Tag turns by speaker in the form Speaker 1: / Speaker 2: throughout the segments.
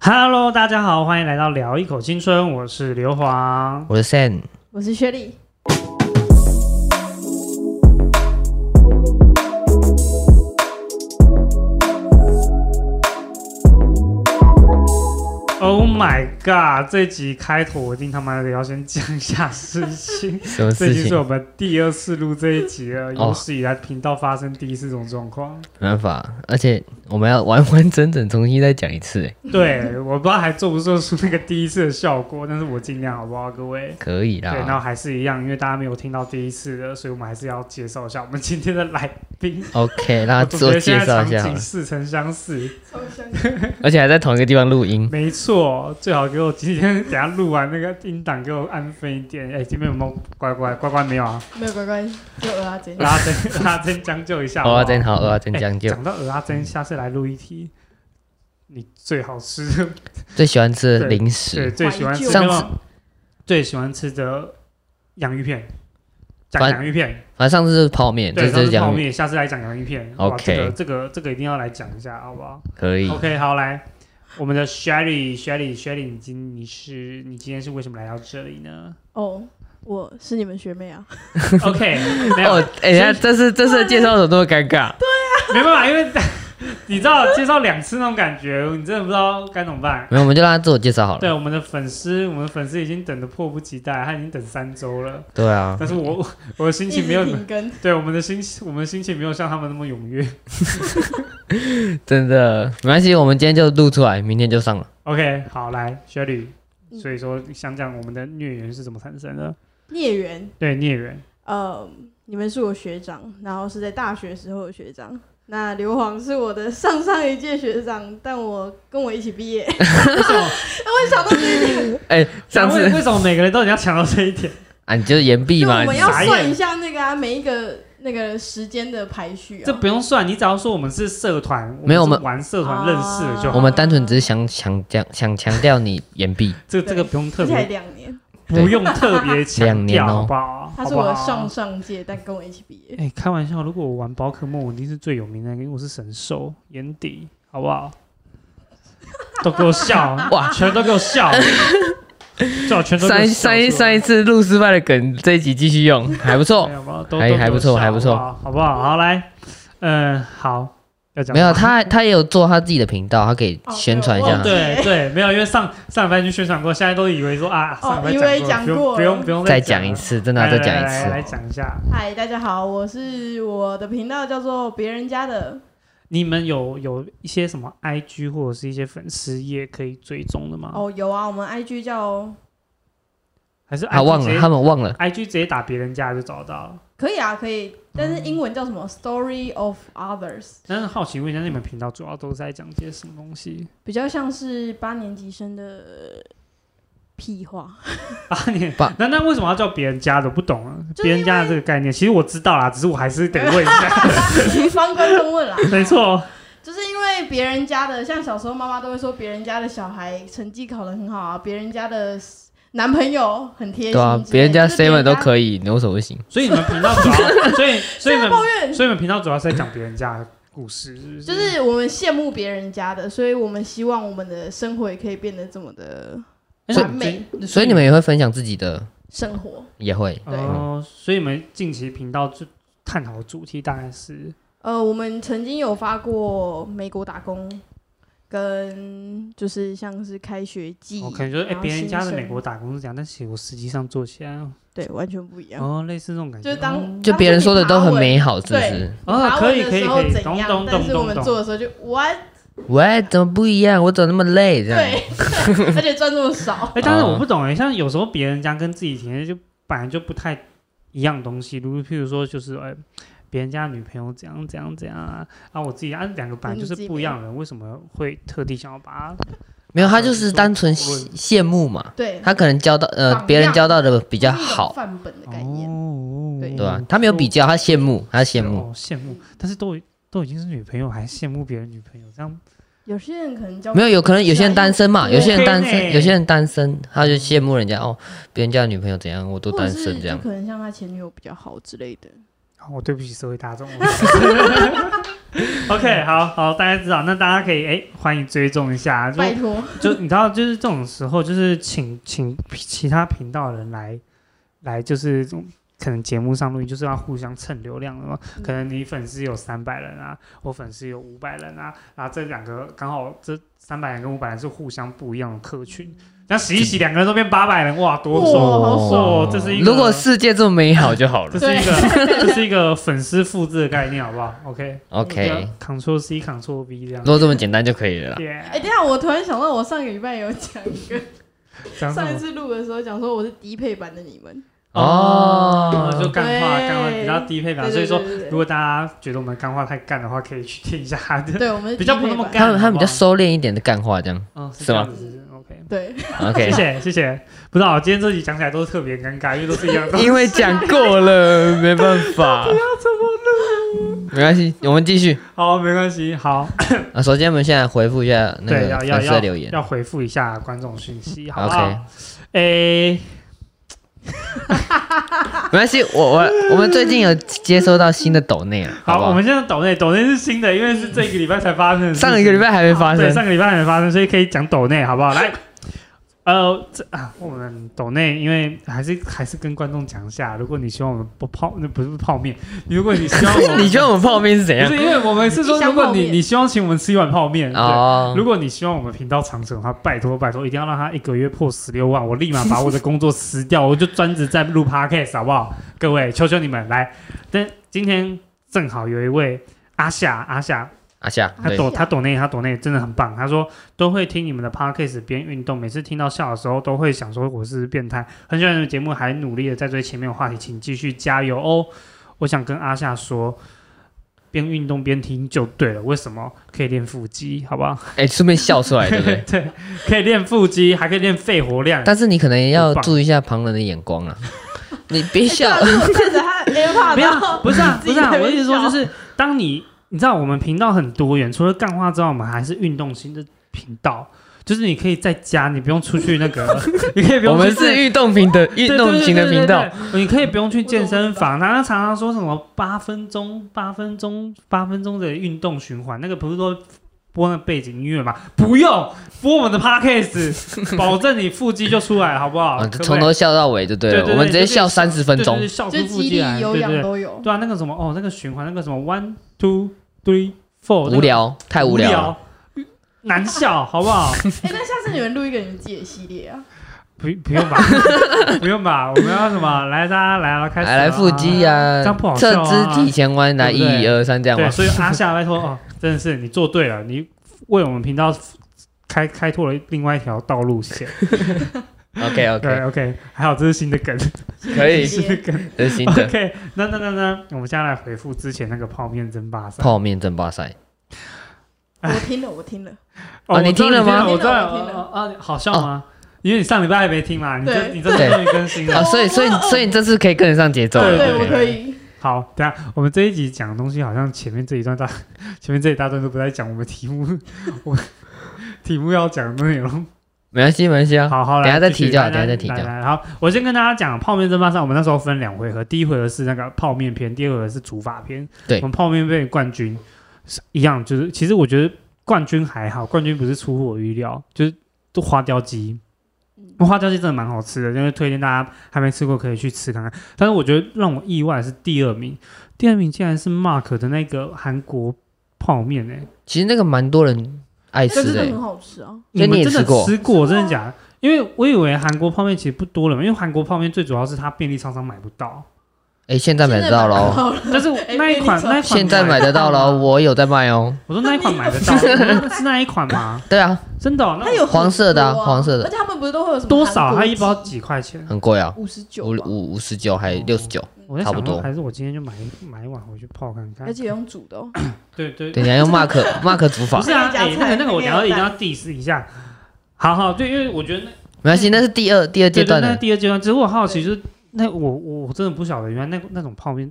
Speaker 1: Hello，大家好，欢迎来到聊一口青春，我是刘皇。
Speaker 2: 我是 Sam，。
Speaker 3: 我是薛丽，
Speaker 1: Oh my god，这集开头我一定他妈的要先讲一下事情
Speaker 2: 什么
Speaker 1: 这
Speaker 2: 事
Speaker 1: 集是我
Speaker 2: 情？
Speaker 1: 们第二次录这一集了，
Speaker 2: 哦
Speaker 1: 有史以来频道发生第一次这种状况。
Speaker 2: 没办法，而且我们要完完整整重新再讲一次，哎
Speaker 1: 对，我不知道还做不做出那个第一次的效果，但是我尽量好不好，各位。
Speaker 2: 可以
Speaker 1: 对，然后
Speaker 2: 啦。
Speaker 1: 还是一样，因为大家没有听到第一次的，所以我们还是要介绍一下我们今天的来宾。
Speaker 2: OK，那
Speaker 1: 我
Speaker 2: 自
Speaker 1: 总
Speaker 2: 我
Speaker 1: 觉得现
Speaker 2: 介
Speaker 1: 在
Speaker 2: 绍一下
Speaker 1: 场
Speaker 2: 好
Speaker 1: 景
Speaker 2: 了，
Speaker 1: 似曾相识。
Speaker 2: 而且还在同一个地方录音。
Speaker 1: 没错，最好给我今天等下录完那个音档给我安分一点。哎、今天有没有乖乖乖乖没有 啊？
Speaker 3: 没有乖乖，只有鹅阿珍。
Speaker 1: 阿珍 阿珍将就一下好不
Speaker 2: 哦，
Speaker 1: 好。
Speaker 2: 真好，哦，真
Speaker 1: 啊哎
Speaker 2: 将就。
Speaker 1: 讲到鹅阿珍，下次来录一题。你最好吃的，
Speaker 2: 最喜欢吃的
Speaker 1: 对
Speaker 2: 零
Speaker 1: 对，
Speaker 2: 食，
Speaker 1: 最喜欢吃
Speaker 2: 上
Speaker 1: 没有
Speaker 2: 次
Speaker 1: 最喜欢吃的洋芋片，讲
Speaker 2: 反
Speaker 1: 洋芋片，
Speaker 2: 反正上次是泡面，这
Speaker 1: 对，
Speaker 2: 次
Speaker 1: 上
Speaker 2: 是
Speaker 1: 次泡
Speaker 2: 讲
Speaker 1: 面，下次来讲洋芋片。哇
Speaker 2: OK
Speaker 1: 这个这个这个一定要来讲一下，好不好
Speaker 2: 可以。
Speaker 1: ？OK，好来。我们的 Sherry Sherry Sherry，你今你是你今天是为什么来到这里呢？
Speaker 3: 哦，我是你们学妹啊，
Speaker 1: OK，没有
Speaker 2: 哦，哎呀，这次这次的介绍怎么那么尴尬？
Speaker 1: 没办法，因为 你知道介绍两次那种感觉，你真的不知道该怎么办。
Speaker 2: 没有，我们就让他自我介绍好了。
Speaker 1: 对我们的粉丝，我们的粉丝已经等得迫不及待，他已经等三周了。
Speaker 2: 对啊，
Speaker 1: 但是我 我我的心
Speaker 3: 一
Speaker 1: 情
Speaker 3: 直
Speaker 1: 没有，
Speaker 3: 停更，
Speaker 1: 对我们的心情，我们的心情没有像他们那么踊跃。
Speaker 2: 真的没关系，我们今天就录出来，明天就上了。
Speaker 1: OK，好，来雪吕，
Speaker 3: 嗯
Speaker 1: 所以说想讲我们的孽缘是怎么产生的？
Speaker 3: 孽缘，
Speaker 1: 对，孽 缘，
Speaker 3: 呃，你们是我学长，然后是在大学时候的学长。那刘皇是我的上上一届学长，但我跟我一起毕业。 为什
Speaker 1: 么？
Speaker 3: 我想到这一 点，
Speaker 2: 哎，上
Speaker 1: 为
Speaker 2: 次
Speaker 1: 为什么每个人都一定要抢到这一 点？
Speaker 2: 啊，你就是岩壁
Speaker 3: 就
Speaker 2: 嘛
Speaker 3: 我，们
Speaker 2: 你
Speaker 3: 要
Speaker 1: 傻眼
Speaker 3: 算一下那个啊，每一个那个时间的排序
Speaker 1: 这
Speaker 3: 啊。
Speaker 1: 不用算，你只要说我们是社团，
Speaker 2: 没有
Speaker 1: 我
Speaker 2: 我
Speaker 1: 们
Speaker 2: 们
Speaker 1: 是玩社团认识的就好。
Speaker 2: 我们单纯只是想强调想强调你岩壁。
Speaker 1: 这这个不用特
Speaker 3: 而且
Speaker 1: 别
Speaker 3: 还两年，
Speaker 1: 不用特别强
Speaker 2: 两年
Speaker 1: 调，
Speaker 2: 哦
Speaker 1: 好不好？
Speaker 3: 他是
Speaker 1: 好不
Speaker 3: 我
Speaker 1: 好
Speaker 3: 上。上届，但跟我一起毕业。
Speaker 1: 哎、开玩笑，如果我玩宝可梦，我一定是最有名的那个，因为我是神兽眼底，好不好？都给我笑，
Speaker 2: 哇
Speaker 1: 全都给我笑，最好全都给我
Speaker 2: 上一
Speaker 1: 笑
Speaker 2: 上一
Speaker 1: 出来
Speaker 2: 上一次录失败的梗，这一集继续用，还不错
Speaker 1: 没。有吗？哎都
Speaker 2: 还
Speaker 1: 都给我
Speaker 2: 还不错
Speaker 1: 笑
Speaker 2: 还不错
Speaker 1: 好好好不好？好来，嗯，好，要讲
Speaker 2: 没有，
Speaker 1: 吗
Speaker 2: 他他也有做他自己的频道，他可以
Speaker 3: 哦
Speaker 2: 宣传一
Speaker 3: 对
Speaker 2: 下
Speaker 3: 我。
Speaker 1: 对对，没有，因为上上礼拜已经宣传过，现在都以为说啊，
Speaker 3: 哦
Speaker 1: 上礼
Speaker 3: 以
Speaker 1: 拜
Speaker 3: 为讲
Speaker 1: 过，
Speaker 3: 过
Speaker 1: 不用不用不用
Speaker 2: 再
Speaker 1: 讲
Speaker 2: 讲
Speaker 1: 了哎
Speaker 2: 一，次，真的要再讲一
Speaker 1: 来来来来
Speaker 2: 次。
Speaker 1: 讲一下。
Speaker 3: 嗨，大家好，我是我的频道叫做别人家的，
Speaker 1: 你们有有一些什么 IG 或者是一些粉丝页可以追踪的吗？
Speaker 3: 哦，有啊，我们 IG 叫
Speaker 1: 还是 IG
Speaker 2: 他忘
Speaker 1: 直接
Speaker 2: 了，他们忘了。
Speaker 1: IG 直接打别人家就找到了。
Speaker 3: 可以啊，可以，但
Speaker 2: 嗯
Speaker 3: 是英文叫什么、Story of Others，
Speaker 1: 但是好奇问一下，你们频道主要都是在讲些什么东西？
Speaker 3: 比较像是八年级生的屁 话。
Speaker 1: 八年
Speaker 2: 八，
Speaker 1: 那那为什么要叫别人家的？不懂啊，
Speaker 3: 就是
Speaker 1: 别人家的这个概念，其实我知道啦，只是我还是得问一 下。
Speaker 3: 方观众问啦，
Speaker 1: 没，错，
Speaker 3: 就是因为别人家的，像小时候妈妈都会说别人家的小孩成绩考得很好啊，别人家的男朋友很贴心之
Speaker 2: 对
Speaker 3: 类
Speaker 2: 啊
Speaker 3: 的，，
Speaker 2: 别人家
Speaker 3: 就是别
Speaker 2: seven
Speaker 3: 人
Speaker 2: 都可以，你为什么不行？
Speaker 1: 所以你们频道主 要，所以所以你
Speaker 3: 在抱
Speaker 1: 们
Speaker 3: 怨。
Speaker 1: 所以你们频道主要是在讲别人家的故事，是不是？
Speaker 3: 就是我们羡慕别人家的，所以我们希望我们的生活也可以变得这么的
Speaker 1: 哎
Speaker 3: 完美
Speaker 1: 那
Speaker 2: 所以你们也会分享自己的，
Speaker 3: 生活。
Speaker 2: 也会。
Speaker 3: 对
Speaker 1: 哦，所以你们近期频道就探讨的主题大概是
Speaker 3: 呃，我们曾经有发过美国打工，跟就是像是开学季，
Speaker 1: 我可能就是哎，
Speaker 3: 然后
Speaker 1: 别人家的
Speaker 3: 新生
Speaker 1: 美国打工是这样，但其实我实际上做起来，
Speaker 3: 对完全不一样。
Speaker 1: 哦，类似这种感觉，
Speaker 3: 就是当
Speaker 1: 哦
Speaker 2: 嗯就别人说的都很美好，是不
Speaker 3: 对
Speaker 2: 是？
Speaker 1: 哦
Speaker 3: 爬
Speaker 1: 可以
Speaker 3: 文的
Speaker 1: 可以
Speaker 3: 时
Speaker 1: 可
Speaker 3: 候
Speaker 1: 以
Speaker 3: 怎
Speaker 1: 懂
Speaker 3: 样，
Speaker 1: 懂
Speaker 3: 但
Speaker 1: 懂
Speaker 3: 是我
Speaker 1: 懂
Speaker 3: 们
Speaker 1: 懂
Speaker 3: 做的时候就完
Speaker 2: 喂，怎么不一样？我怎么那么累？这样
Speaker 3: 对， 而且赚这么少。
Speaker 1: 哎，但是
Speaker 2: 啊
Speaker 1: 我不懂哎，像有时候别人家跟自己体验就本来就不太一样的东西，如譬如说就是哎。别人家女朋友怎样怎样怎样啊？啊，我自己啊，两个本来
Speaker 3: 你
Speaker 1: 就是
Speaker 3: 自己
Speaker 1: 不一
Speaker 3: 没
Speaker 1: 样的人，为什么会特地想要把它
Speaker 2: 没有，他就是单纯
Speaker 1: 讨论
Speaker 2: 羡羡慕嘛。
Speaker 3: 对，
Speaker 2: 他可能交到呃
Speaker 3: 榜样
Speaker 2: 别人交到的比
Speaker 3: 比
Speaker 2: 较好，
Speaker 3: 范本的概念。
Speaker 1: 哦
Speaker 3: 对
Speaker 2: 对吧？他没有比较，他羡慕，他羡慕。
Speaker 1: 哦，羡慕，但是都都已经是女朋友，还羡慕别人女朋友，这样
Speaker 3: 有些人可能叫
Speaker 2: 没有，有可能有些人单身嘛，
Speaker 3: 对
Speaker 2: 有些人单
Speaker 1: 对呢
Speaker 2: 身，有些人单身，他就羡慕人家哦，别人家的女朋友怎样，我都
Speaker 3: 或者
Speaker 2: 单
Speaker 3: 是
Speaker 2: 身这
Speaker 3: 就
Speaker 2: 样。
Speaker 3: 可能像他前女友比较好之类的。
Speaker 1: 啊我对不起社会大众。 OK，好好，大家知道，那大家可以哎、欢迎追踪一下，就
Speaker 3: 拜托，
Speaker 1: 就你知道，就是这种时候，就是请请其他频道的人来来，就是这种可能节目上录音就是要互相蹭流量的嘛。
Speaker 3: 嗯
Speaker 1: 可能你粉丝有三百人啊，我粉丝有五百人啊，然后这两个刚好这三百人跟五百人是互相不一样的客群，那洗一洗两个人都变八百人，哇，多爽！
Speaker 3: 哇好爽
Speaker 1: 哦这是一个
Speaker 2: 如果世界这么美好就好
Speaker 1: 这 是
Speaker 2: 了。
Speaker 1: 一个这是一个粉丝复制的概念，好不好？OK。啊
Speaker 2: OK，
Speaker 1: Ctrl C Ctrl V 这样
Speaker 2: 如。果这么简单就可以了啦。
Speaker 1: 耶、
Speaker 3: 哎、等一下，我突然想到，我上个礼拜有讲一个，
Speaker 1: 讲什
Speaker 3: 上一
Speaker 1: 么？
Speaker 3: 次录的时候讲说我是低配版的你 们，
Speaker 1: 哦，就
Speaker 2: 哦，
Speaker 1: 干话，
Speaker 3: 对
Speaker 1: 干话比较低配版，
Speaker 3: 对
Speaker 1: 所以
Speaker 3: 对
Speaker 1: 说
Speaker 3: 对对
Speaker 1: 如果大家觉得我们干话太干的话，可以去听一下他的。
Speaker 3: 对，我们是
Speaker 1: 比较
Speaker 3: 低
Speaker 1: 不
Speaker 3: 配
Speaker 1: 那么
Speaker 3: 版
Speaker 1: 干
Speaker 2: 他们他
Speaker 1: 好
Speaker 2: 们
Speaker 1: 不
Speaker 2: 比
Speaker 1: 好
Speaker 2: 较收敛一点的干话 这样。
Speaker 1: 哦，是
Speaker 2: 是
Speaker 1: 这
Speaker 2: 吗
Speaker 1: 样子，OK。
Speaker 3: 对，
Speaker 1: 谢
Speaker 2: OK，
Speaker 1: 谢谢谢，不知道今天这集讲起来都特别尴尬，因为都是一样的。
Speaker 2: 因为讲过了，没办法。不要怎么录？没关系，我们继续
Speaker 1: 好，没关系，好，
Speaker 2: 啊。首先我们现在回复一下那
Speaker 1: 对，
Speaker 2: 个
Speaker 1: 要要
Speaker 2: 粉丝的
Speaker 1: 要
Speaker 2: 留言。
Speaker 1: 要回复一下观众讯息，好不
Speaker 2: OK，
Speaker 1: 好？诶，
Speaker 2: 没关系，我我我们最近有接收到新的抖内了，好不
Speaker 1: 好，我
Speaker 2: 好？
Speaker 1: 们现在抖内抖内是新的，因为是这个礼拜才发生的事情，
Speaker 2: 上一个礼拜还没发
Speaker 1: 对，
Speaker 2: 生，
Speaker 1: 上个礼拜还没发生，所以可以讲抖内，好不好？ 来，呃，这啊，我们抖内，因为还是还是跟观众讲一下，如果你希望我们不泡，那不是泡面，如果你希望我们，
Speaker 2: 你觉得我们泡面是怎
Speaker 1: 不
Speaker 2: 样？
Speaker 1: 是因为我们是说，
Speaker 3: 一箱
Speaker 1: 如果
Speaker 3: 泡
Speaker 1: 你
Speaker 3: 面
Speaker 1: 你希望请我们吃一碗泡面， 对。
Speaker 2: 哦，
Speaker 1: 如果你希望我们频道长存的话，拜托拜托，一定要让他一个月破十六万，我立马把我的工作辞掉，我就专职在录 podcast，好不好？各位，求求你们来。但今天正好有一位阿夏，阿夏，
Speaker 2: 阿夏，
Speaker 1: 他
Speaker 2: 对，
Speaker 1: 懂
Speaker 3: 是啊
Speaker 1: 他懂内，他懂内真的很棒。他说都会听你们的 podcast 边运动，每次听到笑的时候都会想说我是不是变态。很喜欢你们节目，还努力的在追前面的话题，请继续加油哦！我想跟阿夏说。边运动边听就对了，为什么可以练腹肌？好不好？
Speaker 2: 哎，顺便笑出来，对不 对？
Speaker 1: 对，可以练腹肌，还可以练肺活量。
Speaker 2: 但是你可能要
Speaker 1: 很棒
Speaker 2: 注意一下旁人的眼 光啊，你别
Speaker 3: 欸对
Speaker 2: 笑
Speaker 1: 哎
Speaker 3: 啊，如果看着他 AirPod，
Speaker 1: 没有
Speaker 3: 然后，
Speaker 1: 不是啊，
Speaker 3: 自
Speaker 1: 不
Speaker 3: 己
Speaker 1: 是啊
Speaker 3: 在，那边
Speaker 1: 我意思说就
Speaker 3: 笑
Speaker 1: 是，当你你知道我们频道很多元，除了干话之外，我们还是运动型的频道，就是你可以在家，你不用出去那个，你可以不
Speaker 2: 我
Speaker 1: 用
Speaker 2: 们
Speaker 1: 去
Speaker 2: 是运 动型的运动型的频道，，
Speaker 1: 对对对对对对你可以不用去健身房。大家常常说什么八分钟、八分钟、八分钟的运动循环，那个不是说播那背景音乐吗？不用播我们的 podcast，保证你腹肌就出来了，好不好？
Speaker 2: 啊
Speaker 1: 可不可以
Speaker 2: 从头笑到尾就对
Speaker 1: 对对
Speaker 2: 了，
Speaker 1: 对
Speaker 2: 我们直接
Speaker 1: 就是
Speaker 2: 笑三十分
Speaker 1: 对
Speaker 2: 钟
Speaker 1: 对对，笑出
Speaker 3: 就
Speaker 1: 腹
Speaker 3: 肌
Speaker 1: 肌
Speaker 3: 力、
Speaker 1: 来，
Speaker 3: 有
Speaker 1: 对对
Speaker 3: 氧
Speaker 1: 对，
Speaker 3: 都有。
Speaker 1: 对啊，那个什么哦，那个循环，那个什么 one two three four，
Speaker 2: 无，聊太
Speaker 1: 无嗯
Speaker 2: 无聊了。，
Speaker 1: 难笑，好不好？
Speaker 3: 哎、那下次你们录一个你们自己的系列啊，
Speaker 1: 不不用吧， 不用吧，我们要什么？来，大家来啊，开始啊
Speaker 2: 来来腹肌呀
Speaker 1: 这样不好，笑
Speaker 2: 侧
Speaker 1: 啊
Speaker 2: 肢体前弯来
Speaker 1: 对不对
Speaker 2: 一二三这样
Speaker 1: 对，
Speaker 2: 吗？
Speaker 1: 所以阿夏，拜托哦，真的是你做对了，你为我们频道开开拓了另外一条道路线。
Speaker 2: OK OK，
Speaker 1: 对，OK，还好这是新的梗，
Speaker 2: 可以
Speaker 3: 系
Speaker 1: 新的
Speaker 3: 列
Speaker 1: 梗。
Speaker 2: 这是新的
Speaker 1: OK，那那那那，我们现在来回复之前那个泡面争霸赛。
Speaker 2: 泡面争霸赛。
Speaker 3: 我听了，我听了，
Speaker 2: 哦你
Speaker 1: 我知道
Speaker 2: 听了吗
Speaker 1: 我知道，
Speaker 3: 我听了我听了
Speaker 1: 哦哦哦好笑吗？因为你上礼拜还没听嘛，你这
Speaker 3: 对
Speaker 1: 你这次终于更新
Speaker 2: 啊，
Speaker 1: 了。
Speaker 2: 所以所以所以你这次可以跟得上节奏了。
Speaker 1: 哦对
Speaker 3: 对
Speaker 2: OK
Speaker 3: 我可以。
Speaker 1: 好，等一下我们这一集讲的东西好像前面这一段大，前面这一大段都不在讲我们题目，我题目要讲的内容。
Speaker 2: 没关系没关系啊。
Speaker 1: 好好，
Speaker 2: 等一下再
Speaker 1: 继续
Speaker 2: 提交
Speaker 1: 来
Speaker 2: 等
Speaker 1: 来
Speaker 2: 一下再提交
Speaker 1: 来来好，我先跟大家讲，泡面争霸赛，我们那时候分两回合，第一回合是那个泡面篇，第二回合是煮法篇。
Speaker 2: 对
Speaker 1: 我们泡面篇冠军是一样，就是其实我觉得冠军还好，冠军不是出乎我预料，就是都花雕鸡。那花雕鸡真的蛮好吃的，就是推荐大家还没吃过可以去吃看看。但是我觉得让我意外的是第二名，第二名竟然是 Mark 的那个韩国泡面哎、
Speaker 2: 其实那个蛮多人爱
Speaker 3: 但
Speaker 2: 吃
Speaker 3: 真
Speaker 2: 的
Speaker 3: 的
Speaker 2: 欸
Speaker 3: 很，好吃啊！
Speaker 2: 所以
Speaker 1: 们
Speaker 2: 你也
Speaker 1: 真的
Speaker 2: 吃过
Speaker 1: 吃过，真的假的？因为我以为韩国泡面其实不多了嘛，因为韩国泡面最主要是它便利商商买不到，
Speaker 2: 哎，现在买得到喽，
Speaker 3: 喽。
Speaker 1: 但是
Speaker 3: 哎
Speaker 1: 那一款
Speaker 3: 便利商
Speaker 1: 那一款
Speaker 2: 现在买
Speaker 1: 的，
Speaker 2: 得到 喽，我有在卖哦。
Speaker 1: 我说那一款买得 到，我说是那一款吗？
Speaker 2: 对啊，
Speaker 1: 真的哦、
Speaker 3: 它
Speaker 1: 那
Speaker 3: 有很
Speaker 2: 黄色的啊
Speaker 3: 多啊
Speaker 2: 黄色的
Speaker 3: 而且他们不是都会有什么
Speaker 1: 多少？它一包
Speaker 3: 韩国鸡
Speaker 1: 几块钱？
Speaker 2: 很贵啊，
Speaker 3: 五十九
Speaker 2: 五
Speaker 3: 吧，
Speaker 2: 五五十
Speaker 1: 哦
Speaker 2: 九还六十九。
Speaker 1: 我在想
Speaker 2: 差不
Speaker 1: 说，
Speaker 2: 多
Speaker 1: 还是我今天就买一买一碗回去泡看看
Speaker 3: 而。且用煮的哦。
Speaker 1: 对对
Speaker 2: 等一下用 mark mark 煮
Speaker 1: 不
Speaker 2: 法，
Speaker 1: 是啊，
Speaker 3: 加
Speaker 1: 哎、那个
Speaker 3: 菜
Speaker 1: 那个，我等一下一
Speaker 3: 里
Speaker 1: 定
Speaker 3: 面有
Speaker 1: 要 diss 一下。好好，对，因为我觉得那
Speaker 2: 没关系，那是第二第二
Speaker 1: 对
Speaker 2: 阶
Speaker 1: 对，
Speaker 2: 段
Speaker 1: 那
Speaker 2: 的
Speaker 1: 第二阶段，只是我好奇，就是那我我我真的不晓得，原来那那种泡面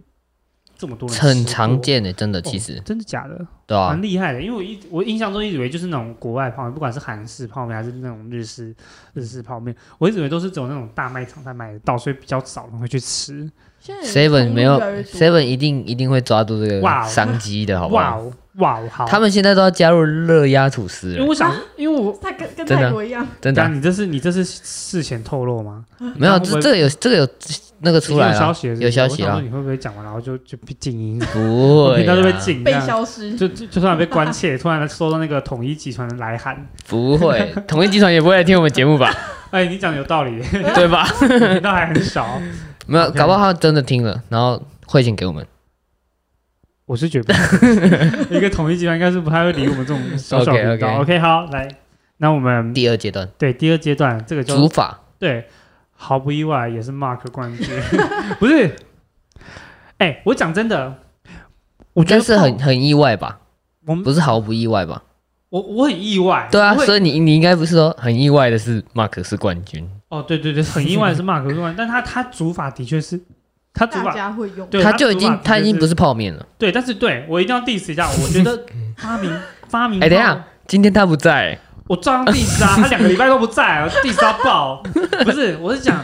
Speaker 1: 这么多人吃
Speaker 2: 很
Speaker 1: 过
Speaker 2: 常见的，真的
Speaker 1: 哦
Speaker 2: 其实
Speaker 1: 真的假的？
Speaker 2: 对啊
Speaker 1: 蛮，厉害的，因为我一我印象中一直以为就是那种国外泡面，不管是韩式泡面还是那种日式日式泡面，我一直以为都是只有那种大卖场才买得到，所以比较少人会去吃。
Speaker 3: 现在
Speaker 2: Seven 没有
Speaker 3: 通路越来越多
Speaker 2: ，Seven 一定一定会抓住这个
Speaker 1: 哇哦
Speaker 2: 商机的，好不
Speaker 1: 哇
Speaker 2: 好？
Speaker 1: 哦，哇，我好，
Speaker 2: 他们现在都要加入热压吐司
Speaker 1: 因为
Speaker 2: 了，
Speaker 1: 我想，因为我，
Speaker 3: 他跟跟
Speaker 2: 真的
Speaker 3: 泰国一样，
Speaker 2: 真的
Speaker 1: 但
Speaker 2: 啊
Speaker 1: 你这是你这是事前透露吗？
Speaker 2: 没
Speaker 1: 那
Speaker 2: 有
Speaker 1: 会不
Speaker 2: 这
Speaker 1: 会
Speaker 2: 这个有这个有那个出来
Speaker 1: 已经有消
Speaker 2: 了，
Speaker 1: 息了是不是，
Speaker 2: 有消息
Speaker 1: 我
Speaker 2: 啊
Speaker 1: 想说，
Speaker 2: 了
Speaker 1: 你会不会讲完然后就就被静音？
Speaker 2: 不
Speaker 1: 我
Speaker 2: 会啊
Speaker 1: 频道
Speaker 2: 啦，
Speaker 1: 就被禁，
Speaker 3: 被
Speaker 1: 这样
Speaker 3: 消失。
Speaker 1: 啊就就就突然被关切，突然收到那个统一集团的来函，
Speaker 2: 不会，统一集团也不会来听我们节目吧？
Speaker 1: 哎，你讲的有道理，
Speaker 2: 对吧？
Speaker 1: 频道还很少，
Speaker 2: 没有，搞不好他真的听了，然后汇钱给我们。
Speaker 1: 我是觉得 一个统一集团应该是不太会理我们这种小小
Speaker 2: OK，OK
Speaker 1: 频道。OK，好，来，那我们
Speaker 2: 第二阶段，
Speaker 1: 对第二阶段这个
Speaker 2: 煮
Speaker 1: 就
Speaker 2: 法
Speaker 1: 对，毫不意外也是 Mark 冠 军，不是？哎，我讲真的，我觉
Speaker 2: 但
Speaker 1: 得
Speaker 2: 是很很意外吧？
Speaker 1: 我们
Speaker 2: 不是毫不意外吧？
Speaker 1: 我我很意外，
Speaker 2: 对啊，
Speaker 1: 我会
Speaker 2: 所以你你应该不是说很意外的是马克是冠军，
Speaker 1: 哦，对对对，很意外是 Mark 冠军，但他他主法的确是。他主
Speaker 3: 大
Speaker 1: 法
Speaker 3: 家会用，
Speaker 1: 对
Speaker 2: 他
Speaker 1: 他
Speaker 2: 就已
Speaker 1: 煮
Speaker 2: 经
Speaker 1: 法的
Speaker 2: 他
Speaker 1: 确
Speaker 2: 已经
Speaker 1: 是
Speaker 2: 不是泡面了。
Speaker 1: 对，但是对我一定要 diss 一下，我觉得发 明发明，
Speaker 2: 哎，等一下，，今天他不在，
Speaker 1: 我照样 diss 啊，他两个礼拜都不在，我 diss 到爆。 不是，我是讲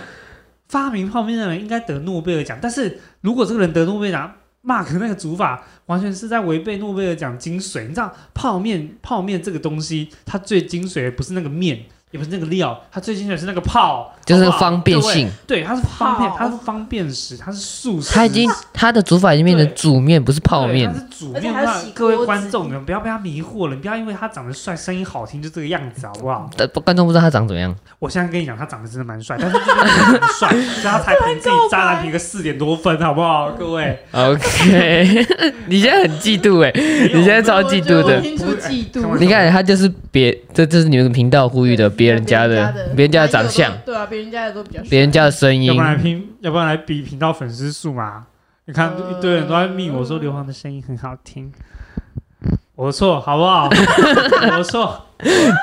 Speaker 1: 发明泡面的人应该得诺贝尔奖，但是如果这个人得诺贝尔奖，Mark 那个煮法完全是在违背诺贝尔奖精髓。你知道泡面泡面这个东西，它最精髓的不是那个面。也不是那个料，它最精髓是那个泡，
Speaker 2: 就是
Speaker 1: 好不好
Speaker 2: 方便
Speaker 1: 哦各位
Speaker 2: 性。
Speaker 1: 对，它是方便，
Speaker 3: 泡
Speaker 1: 它是方便食，它是素食。
Speaker 2: 他 已经他的煮法已经变成
Speaker 1: 对
Speaker 2: 煮面，不是泡
Speaker 1: 对
Speaker 2: 面
Speaker 1: 它。是煮
Speaker 3: 而且
Speaker 1: 面
Speaker 3: 还要
Speaker 1: 那
Speaker 3: 洗
Speaker 1: 各位
Speaker 3: 锅
Speaker 1: 观
Speaker 3: 子
Speaker 1: 众，你们不要被他迷惑了，你不要因为他长得帅、声音好听就这个样子，好不好？
Speaker 2: 但观众不知道他长怎么样，
Speaker 1: 我现在跟你讲，他长得真的蛮帅，但是就是因为很帅，所以他才凭自己渣男评个四点多分，好不好？各位，
Speaker 2: OK，你现在很嫉妒哎、 你现在超嫉妒
Speaker 3: 我
Speaker 2: 的。
Speaker 3: 听出嫉
Speaker 1: 我
Speaker 3: 妒。
Speaker 2: 你看，他就是别，这就是你们频道呼吁的别人家的别人家的长相，，
Speaker 3: 对啊，别人家的都比较帅，
Speaker 2: 别人家的声
Speaker 1: 要
Speaker 2: 音
Speaker 1: 不。然来拼，要不然来比频道粉丝数嘛？你看
Speaker 3: 呃
Speaker 1: 一堆人都在命我说刘航的声音很好听，我错，好不 好？我错，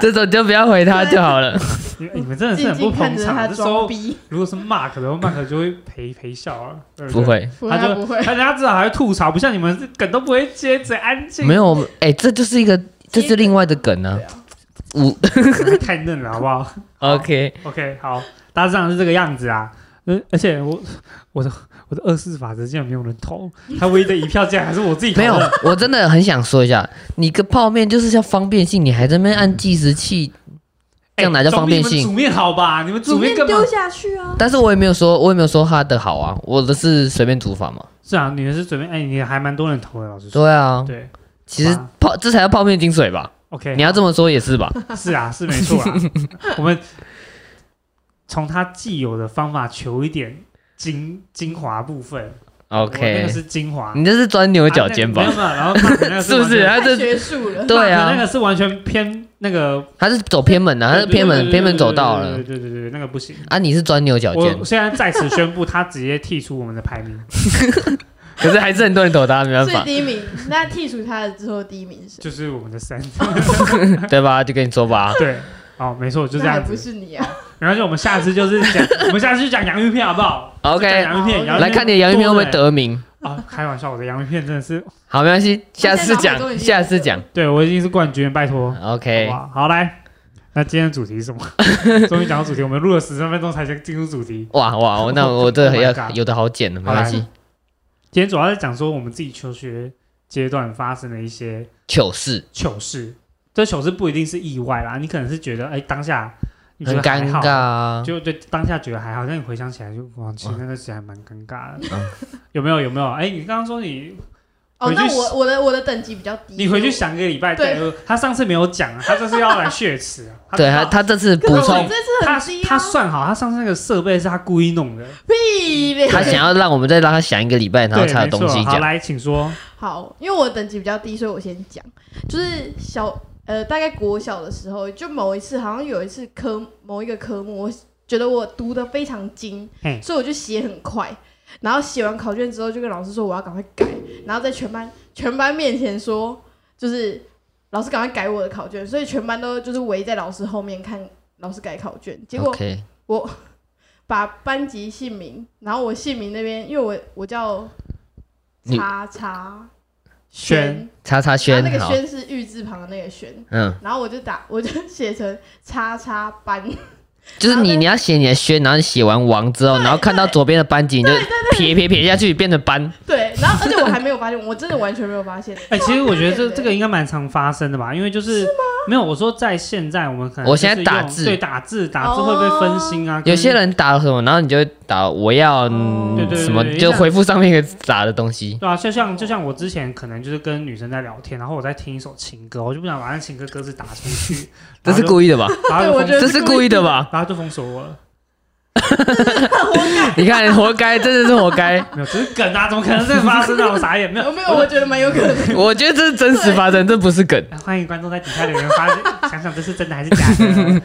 Speaker 2: 这种就不要回他就好了。
Speaker 1: 你你们真的是
Speaker 3: 静
Speaker 1: 很不
Speaker 3: 静看
Speaker 1: 捧
Speaker 3: 着他
Speaker 1: 场。这时候
Speaker 3: 装逼，
Speaker 1: 如果是 Mark 的话，Mark 就会陪陪笑了，对
Speaker 2: 不
Speaker 1: 对？
Speaker 2: 会，
Speaker 3: 不
Speaker 1: 他
Speaker 3: 他
Speaker 1: 就
Speaker 3: 不会。
Speaker 1: 他人家至少还会吐槽，不像你们是梗都不会接，只安静。
Speaker 2: 没有，我们哎、这就是一个，这是另外的梗啊
Speaker 3: 对。啊
Speaker 2: 五
Speaker 1: 太嫩了，好不好
Speaker 2: OK，
Speaker 1: ？OK，好，大致上是这个样子啊。呃，而且我我的我的二四法则竟然没有人投，他唯一的一票竟然还是我自己投
Speaker 2: 没有
Speaker 1: 的。，
Speaker 2: 我真的很想说一下，你个泡面就是要方便性，你还在那边按计时器，这样哪叫
Speaker 1: 总
Speaker 2: 方
Speaker 1: 比
Speaker 2: 便
Speaker 1: 哎你们
Speaker 2: 性？
Speaker 1: 煮面好吧？你们
Speaker 3: 煮
Speaker 1: 煮面
Speaker 3: 面
Speaker 1: 干嘛
Speaker 3: 丢？下去啊！
Speaker 2: 但是我也没有说，我也没有说他的好啊，我的是随便煮法嘛。
Speaker 1: 是啊，你们是准备哎，你还蛮多人投的，老实说。
Speaker 2: 对啊，
Speaker 1: 对
Speaker 2: 其实泡这才叫泡面精髓吧？
Speaker 1: ，OK，
Speaker 2: 你要这么说也是吧？
Speaker 1: 是啊，是没错啊。我们从他既有的方法求一点精精华部分。我那个
Speaker 2: OK，
Speaker 1: 是精华。
Speaker 2: 你这是钻牛角尖吧
Speaker 1: 啊？那个没有没有，然后 Mark 那个
Speaker 2: 是不
Speaker 1: 完全？
Speaker 2: 是？他
Speaker 3: 太
Speaker 2: 这
Speaker 3: 学 术了，
Speaker 2: 对
Speaker 1: Mark 那
Speaker 2: 啊，
Speaker 1: 个是完全偏那个，
Speaker 2: 他是走偏门的，啊他是偏
Speaker 1: 对
Speaker 2: 门
Speaker 1: 对对对
Speaker 2: 偏门走到了
Speaker 1: 对对对对对，那个不行。
Speaker 2: 啊！你是钻牛角尖
Speaker 1: 我，现在在此宣布，他直接剔出我们的排名。
Speaker 2: 可是还是很多人投他，没办
Speaker 3: 所以
Speaker 2: 法，
Speaker 3: 第一名，那剔除他的之后，第一名
Speaker 1: 啊
Speaker 3: 是，
Speaker 1: 就是我们的 三
Speaker 2: 对吧？就跟你说吧，
Speaker 1: 对，好，没错，就这
Speaker 3: 那还
Speaker 1: 样
Speaker 3: 不
Speaker 1: 子。
Speaker 3: 是你啊？
Speaker 1: 然后就我们下次就是 讲，我们下次就讲洋芋片好不好
Speaker 2: OK
Speaker 1: 就讲洋芋片，
Speaker 3: 好
Speaker 2: 来看你的洋芋片会不会
Speaker 1: 多
Speaker 2: 得名。
Speaker 1: 呢啊！开玩笑，我的洋芋片真的是，
Speaker 2: 好，没关系，下次
Speaker 3: 他现在脑海中
Speaker 2: 讲，
Speaker 3: 已经
Speaker 2: 下次讲。
Speaker 1: 对我已经是冠军，拜托。
Speaker 2: OK，
Speaker 1: 好不啊好好来，那今天的主题是 什么？终于讲到主题，我们录了十三分钟才先进入主题。
Speaker 2: 哇哇，我那我这
Speaker 1: Oh my
Speaker 2: 要
Speaker 1: God
Speaker 2: 有的好剪了，没
Speaker 1: 好
Speaker 2: 关
Speaker 1: 来，
Speaker 2: 系
Speaker 1: 今。天主要在讲说我们自己求学阶段发生的一些
Speaker 2: 糗事
Speaker 1: 糗事。这糗事不一定是意外啦，你可能是觉得哎当下你觉
Speaker 2: 很
Speaker 1: 得还
Speaker 2: 尴
Speaker 1: 好
Speaker 2: 尬，啊，
Speaker 1: 就对当下觉得还好，但你回想起来就哇，其实那段时间还蛮尴尬的。
Speaker 2: 嗯
Speaker 1: 有没有？有没有？哎，你刚刚说你
Speaker 3: 哦，
Speaker 1: 回去
Speaker 3: 那我我的我的等级比较低，
Speaker 1: 你回去想一个礼拜，
Speaker 3: 对
Speaker 1: 对，他上次没有讲啊，他这次要来血 池啊。
Speaker 2: 对他他这次补
Speaker 3: 可是哦我
Speaker 2: 充，
Speaker 3: 这次
Speaker 1: 他
Speaker 3: 很低
Speaker 1: 他
Speaker 3: 啊，
Speaker 1: 算好，他上次那个设备是他故意弄的，
Speaker 3: 屁嘞！
Speaker 2: 他想要让我们再让他想一个礼拜，然后
Speaker 1: 对，
Speaker 2: 才有
Speaker 1: 没
Speaker 2: 东
Speaker 1: 错。
Speaker 2: 西
Speaker 1: 好，
Speaker 2: 讲。
Speaker 1: 来，请说。
Speaker 3: 好，因为我等级比较低，所以我先讲，就是小呃，大概国小的时候，就某一次好像有一次科某一个科目，我觉得我读的非常精
Speaker 2: 嗯
Speaker 1: 嘿，
Speaker 3: 所以我就写很快。然后写完考卷之后，就跟老师说我要赶快改，然后在全班全班面前说，就是老师赶快改我的考卷，所以全班都就是围在老师后面看老师改考卷。结果
Speaker 2: OK，
Speaker 3: 把班级姓名，然后我姓名那边，因为我我叫
Speaker 2: 你
Speaker 3: 叉叉
Speaker 1: 轩
Speaker 2: 叉叉
Speaker 3: 他
Speaker 2: 轩
Speaker 3: 啊那个
Speaker 2: 好，
Speaker 3: 轩是玉字旁的那个轩，
Speaker 2: 嗯，
Speaker 3: 然后我就打，我就写成叉叉班，
Speaker 2: 就是
Speaker 3: 然后
Speaker 2: 你
Speaker 3: 再
Speaker 2: 你要写你的宣，然后你写完王之后，然后看到左边的班级，你就撇撇撇下去，变成班。
Speaker 3: 对，然后而且我还没有发现，我真的完全没有发现。
Speaker 1: 哎、其实我觉得这
Speaker 3: 对
Speaker 1: 这个应该蛮常发生的吧，因为就是没有我说在现在我们可能就
Speaker 2: 我
Speaker 1: 是
Speaker 2: 现在打
Speaker 1: 用
Speaker 2: 字
Speaker 1: 对打字打字会不会分心啊？
Speaker 2: 有些
Speaker 1: 跟
Speaker 2: 人打了什么，然后你就打我要、嗯
Speaker 1: 对对对
Speaker 2: 什么
Speaker 1: 对，对
Speaker 2: 就回复上面一个打的东西。
Speaker 1: 对啊，就像就像我之前可能就是跟女生在聊天，然后我在听一首情歌，我就不想把那情歌歌词打出 去，
Speaker 2: 这
Speaker 1: 然后
Speaker 2: 是
Speaker 1: 就
Speaker 2: 故意的吧？
Speaker 1: 然后就
Speaker 3: 对我
Speaker 1: 封
Speaker 3: 觉得
Speaker 2: 这是故意的吧？
Speaker 1: 然后就封锁我了，
Speaker 2: 你看，活该，真的是活该。
Speaker 1: 没有，只是梗啊，怎么可能在发生啊？我傻眼，没有
Speaker 3: 有没有？我觉得蛮有可 能。
Speaker 2: 我觉得这是真实发生，这不是梗。
Speaker 1: 哎欢迎观众在底下留言发， 想想这是真的还是假的。哦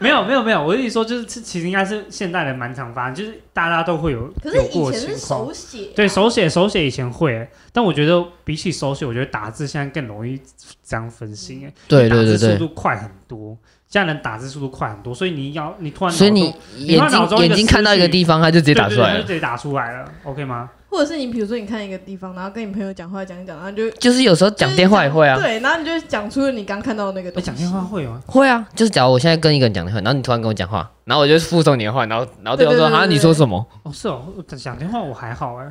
Speaker 1: 没有没有没有，我跟你说，就是这其实应该是现代人蛮常发生，就是大家都会有
Speaker 3: 可
Speaker 1: 有
Speaker 3: 是以
Speaker 1: 过
Speaker 3: 前
Speaker 1: 情
Speaker 3: 是
Speaker 1: 况
Speaker 3: 手。写，
Speaker 1: 对手写手写以前会，但我觉得比起手写，我觉得打字现在更容易这样分
Speaker 3: 嗯
Speaker 1: 心。哎
Speaker 2: 对
Speaker 1: 打
Speaker 2: 对对
Speaker 1: 字速
Speaker 2: 对，
Speaker 1: 度快很多，现在人打字速度快很多，所以你要你突然
Speaker 2: 所以
Speaker 1: 脑
Speaker 2: 你
Speaker 1: 中你
Speaker 2: 眼
Speaker 1: 看脑
Speaker 2: 睛
Speaker 1: 中一个
Speaker 2: 眼睛看到一个地方，它就直接打
Speaker 1: 对
Speaker 2: 出
Speaker 1: 对对
Speaker 2: 来
Speaker 1: 它就
Speaker 2: 了。
Speaker 1: 直接打出来了，OK 吗？
Speaker 3: 或者是你比如说你看一个地方，然后跟你朋友讲话讲一讲，然后你就
Speaker 2: 就是有时候讲电话也会啊，
Speaker 3: 对，然后你就讲出了你刚看到的那个
Speaker 1: 哎，
Speaker 3: 东西。
Speaker 1: 讲电话会哦，
Speaker 2: 会啊。就是假如我现在跟一个人讲电话，然后你突然跟我讲话，然后我就附送你的话，然后然后对方说
Speaker 3: 对对对对
Speaker 2: 啊，
Speaker 3: 对
Speaker 2: 你说什么？
Speaker 1: 哦是哦，讲电话我还好哎，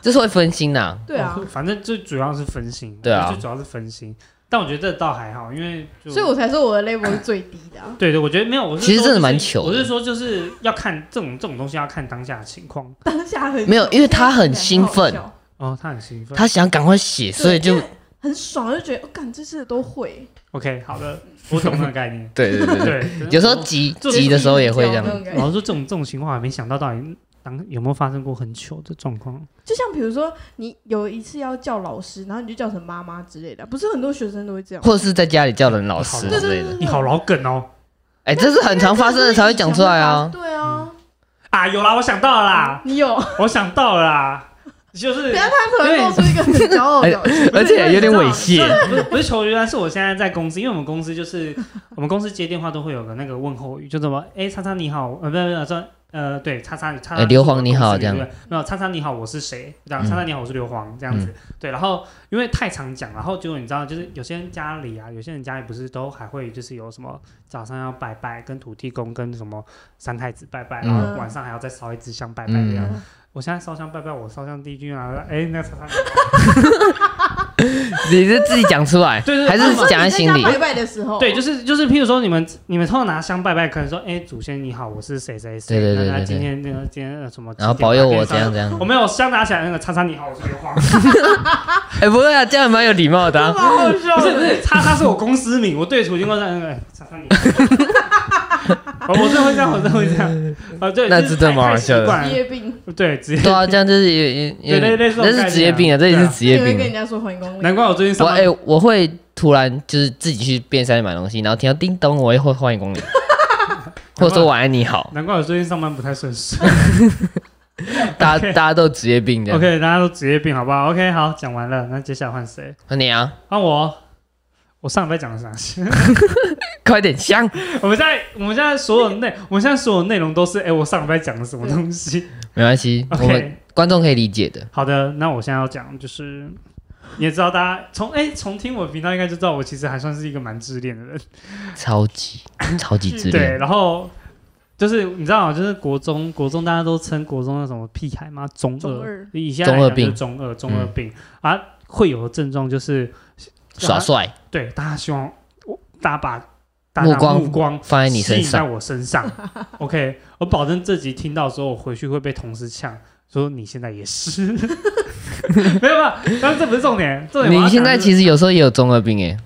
Speaker 2: 这是会分心呐。
Speaker 3: 对啊
Speaker 1: 哦，反正最主要是分心，
Speaker 2: 对啊
Speaker 1: 最主要是分心，但我觉得这倒还好，因为就
Speaker 3: 所以我才说我的 level 是最低 的、啊。
Speaker 1: 对对，我觉得没有，我是
Speaker 2: 其实
Speaker 1: 说就
Speaker 2: 真的
Speaker 1: 是
Speaker 2: 蛮糗的
Speaker 1: 我是说就是要看这种这种东西要看当下的情况
Speaker 3: 当下很
Speaker 2: 没有因为他很兴奋
Speaker 3: 很好笑
Speaker 1: 哦，他很兴奋
Speaker 2: 他想赶快写，所以就，
Speaker 3: 对因为很爽，就觉得我哦干、这次都会。
Speaker 1: ，OK，好的，我懂那个概念
Speaker 2: 对 对对对，
Speaker 1: 对，
Speaker 2: 有时候急
Speaker 1: 这
Speaker 2: 急的时候也会这样
Speaker 3: 这。种感觉
Speaker 1: 老实说，这种这种情况还没想到，到底当有没有发生过很糗的状况？
Speaker 3: 就像比如说你有一次要叫老师，然后你就叫成妈妈之类的，不是很多学生都会这样吗。
Speaker 2: 或者是在家里叫人老师
Speaker 3: 对
Speaker 2: 之
Speaker 3: 对
Speaker 2: 类
Speaker 3: 对
Speaker 2: 的，
Speaker 3: 对
Speaker 1: 你好老梗哦！
Speaker 2: 哎，这是很常发生的才会讲出来啊。
Speaker 3: 对啊，
Speaker 1: 啊，有啦，我想到了啦，
Speaker 3: 你有，
Speaker 1: 我想到了啦，就是
Speaker 3: 不要 他突然露出一个很骄傲的表情，
Speaker 2: 啊哎而且有点猥亵，
Speaker 1: 不是不是求学啊，是我现在在公司，因为我们公司就是我们公司接电话都会有个那个问候语，就什么哎叉叉你好，呃不不不说呃对叉叉叉
Speaker 2: 哎
Speaker 1: 叉
Speaker 2: 刘皇你好
Speaker 1: 是我们公司
Speaker 2: 这
Speaker 1: 对对没有叉叉你好我是谁这样
Speaker 2: 嗯
Speaker 1: 叉叉你好我是刘皇这样子对，然后因为太常讲，然后结果你知道就是有些人家里啊，有些人家里不是都还会就是有什么早上要拜拜，跟土地公跟什么三太子拜拜，然后
Speaker 3: 嗯
Speaker 1: 晚上还要再烧一支香拜拜这样。
Speaker 2: 嗯，
Speaker 1: 我现在烧香拜拜，我烧香第一句拿来，哎那个叉叉。
Speaker 2: 你是自己讲出来，
Speaker 1: 对对对
Speaker 2: 还是讲在心里
Speaker 3: 你？家拜拜的时候，
Speaker 1: 对，就是就是，譬如说你们你们通常拿香拜拜，可能说，哎、祖先你好，我是谁谁谁，
Speaker 2: 对对对
Speaker 1: 那那
Speaker 2: 对对
Speaker 1: 今天那个今天呃什么，
Speaker 2: 然后保佑我怎样
Speaker 1: 子。
Speaker 2: 怎样？
Speaker 1: 我没有香拿起来，那个叉叉你好，我是刘 晃，
Speaker 2: 哎，不会啊，这样蛮有礼貌的啊。
Speaker 3: 蛮好笑
Speaker 1: 不是不
Speaker 3: 的。
Speaker 1: 是，叉叉是我公司名，我对楚军官说，那个叉叉你 好，我我真的会这样，我真的会这样，啊对，
Speaker 2: 那
Speaker 1: 就是
Speaker 2: 真的蛮好笑的
Speaker 1: 太太
Speaker 3: 职
Speaker 1: 习
Speaker 3: 业病，
Speaker 1: 惯了对，直接
Speaker 2: 对啊，这样就是有
Speaker 1: 对
Speaker 2: 有
Speaker 1: 类类似这种
Speaker 2: 那是职业病啊，这
Speaker 1: 概
Speaker 2: 也
Speaker 1: 念啊
Speaker 2: 是职
Speaker 3: 你
Speaker 2: 业
Speaker 3: 会跟人
Speaker 2: 病啊。
Speaker 3: 家说欢迎光临，
Speaker 1: 难怪我最近上
Speaker 2: 我
Speaker 1: 班
Speaker 2: 哎，我会突然就是自己去便利商店买东西，然后听到叮咚，我也会欢迎 光临，或者说晚安你好，
Speaker 1: 难怪我最近上班不太顺遂。
Speaker 2: 大家大家都有职业 病这样。
Speaker 1: OK，大家都职业病好不好？OK，好，讲完了，那接下来换谁？
Speaker 2: 那你啊，
Speaker 1: 换我。我上礼拜讲的啥？
Speaker 2: 快点香，
Speaker 1: 我们现在我们现在所有内，我们现在所有内容都是，哎、我上礼拜讲了什么东 西
Speaker 2: 没关系，我们
Speaker 1: ？OK，
Speaker 2: 观众可以理解的。
Speaker 1: 好的，那我现在要讲就是，你也知道，大家从哎从听我频道应该就知道，我其实还算是一个蛮自恋的人，
Speaker 2: 超 级超级自
Speaker 1: 对，
Speaker 2: 恋，
Speaker 1: 然后。就是你知道，就是国中，国中大家都称国中的什么屁孩吗？中
Speaker 3: 中
Speaker 1: 二，
Speaker 3: 二
Speaker 1: 以下来
Speaker 2: 中
Speaker 1: 讲
Speaker 2: 二病嗯
Speaker 1: 就是中二，中二病、啊，会有的症状就是，
Speaker 2: 耍帅
Speaker 1: 对，大家希望我大家把大家
Speaker 2: 目光
Speaker 1: 目光
Speaker 2: 放在你
Speaker 1: 吸
Speaker 2: 身
Speaker 1: 引在
Speaker 2: 上，
Speaker 1: 我身 上。OK，我保证这集听到之后，我回去会被同事呛，说你现在也 是。没有没有，但是这不是重点，重点我要
Speaker 2: 你
Speaker 1: 讲
Speaker 2: 现在
Speaker 1: 的是
Speaker 2: 其实有时候也有中二病哎。。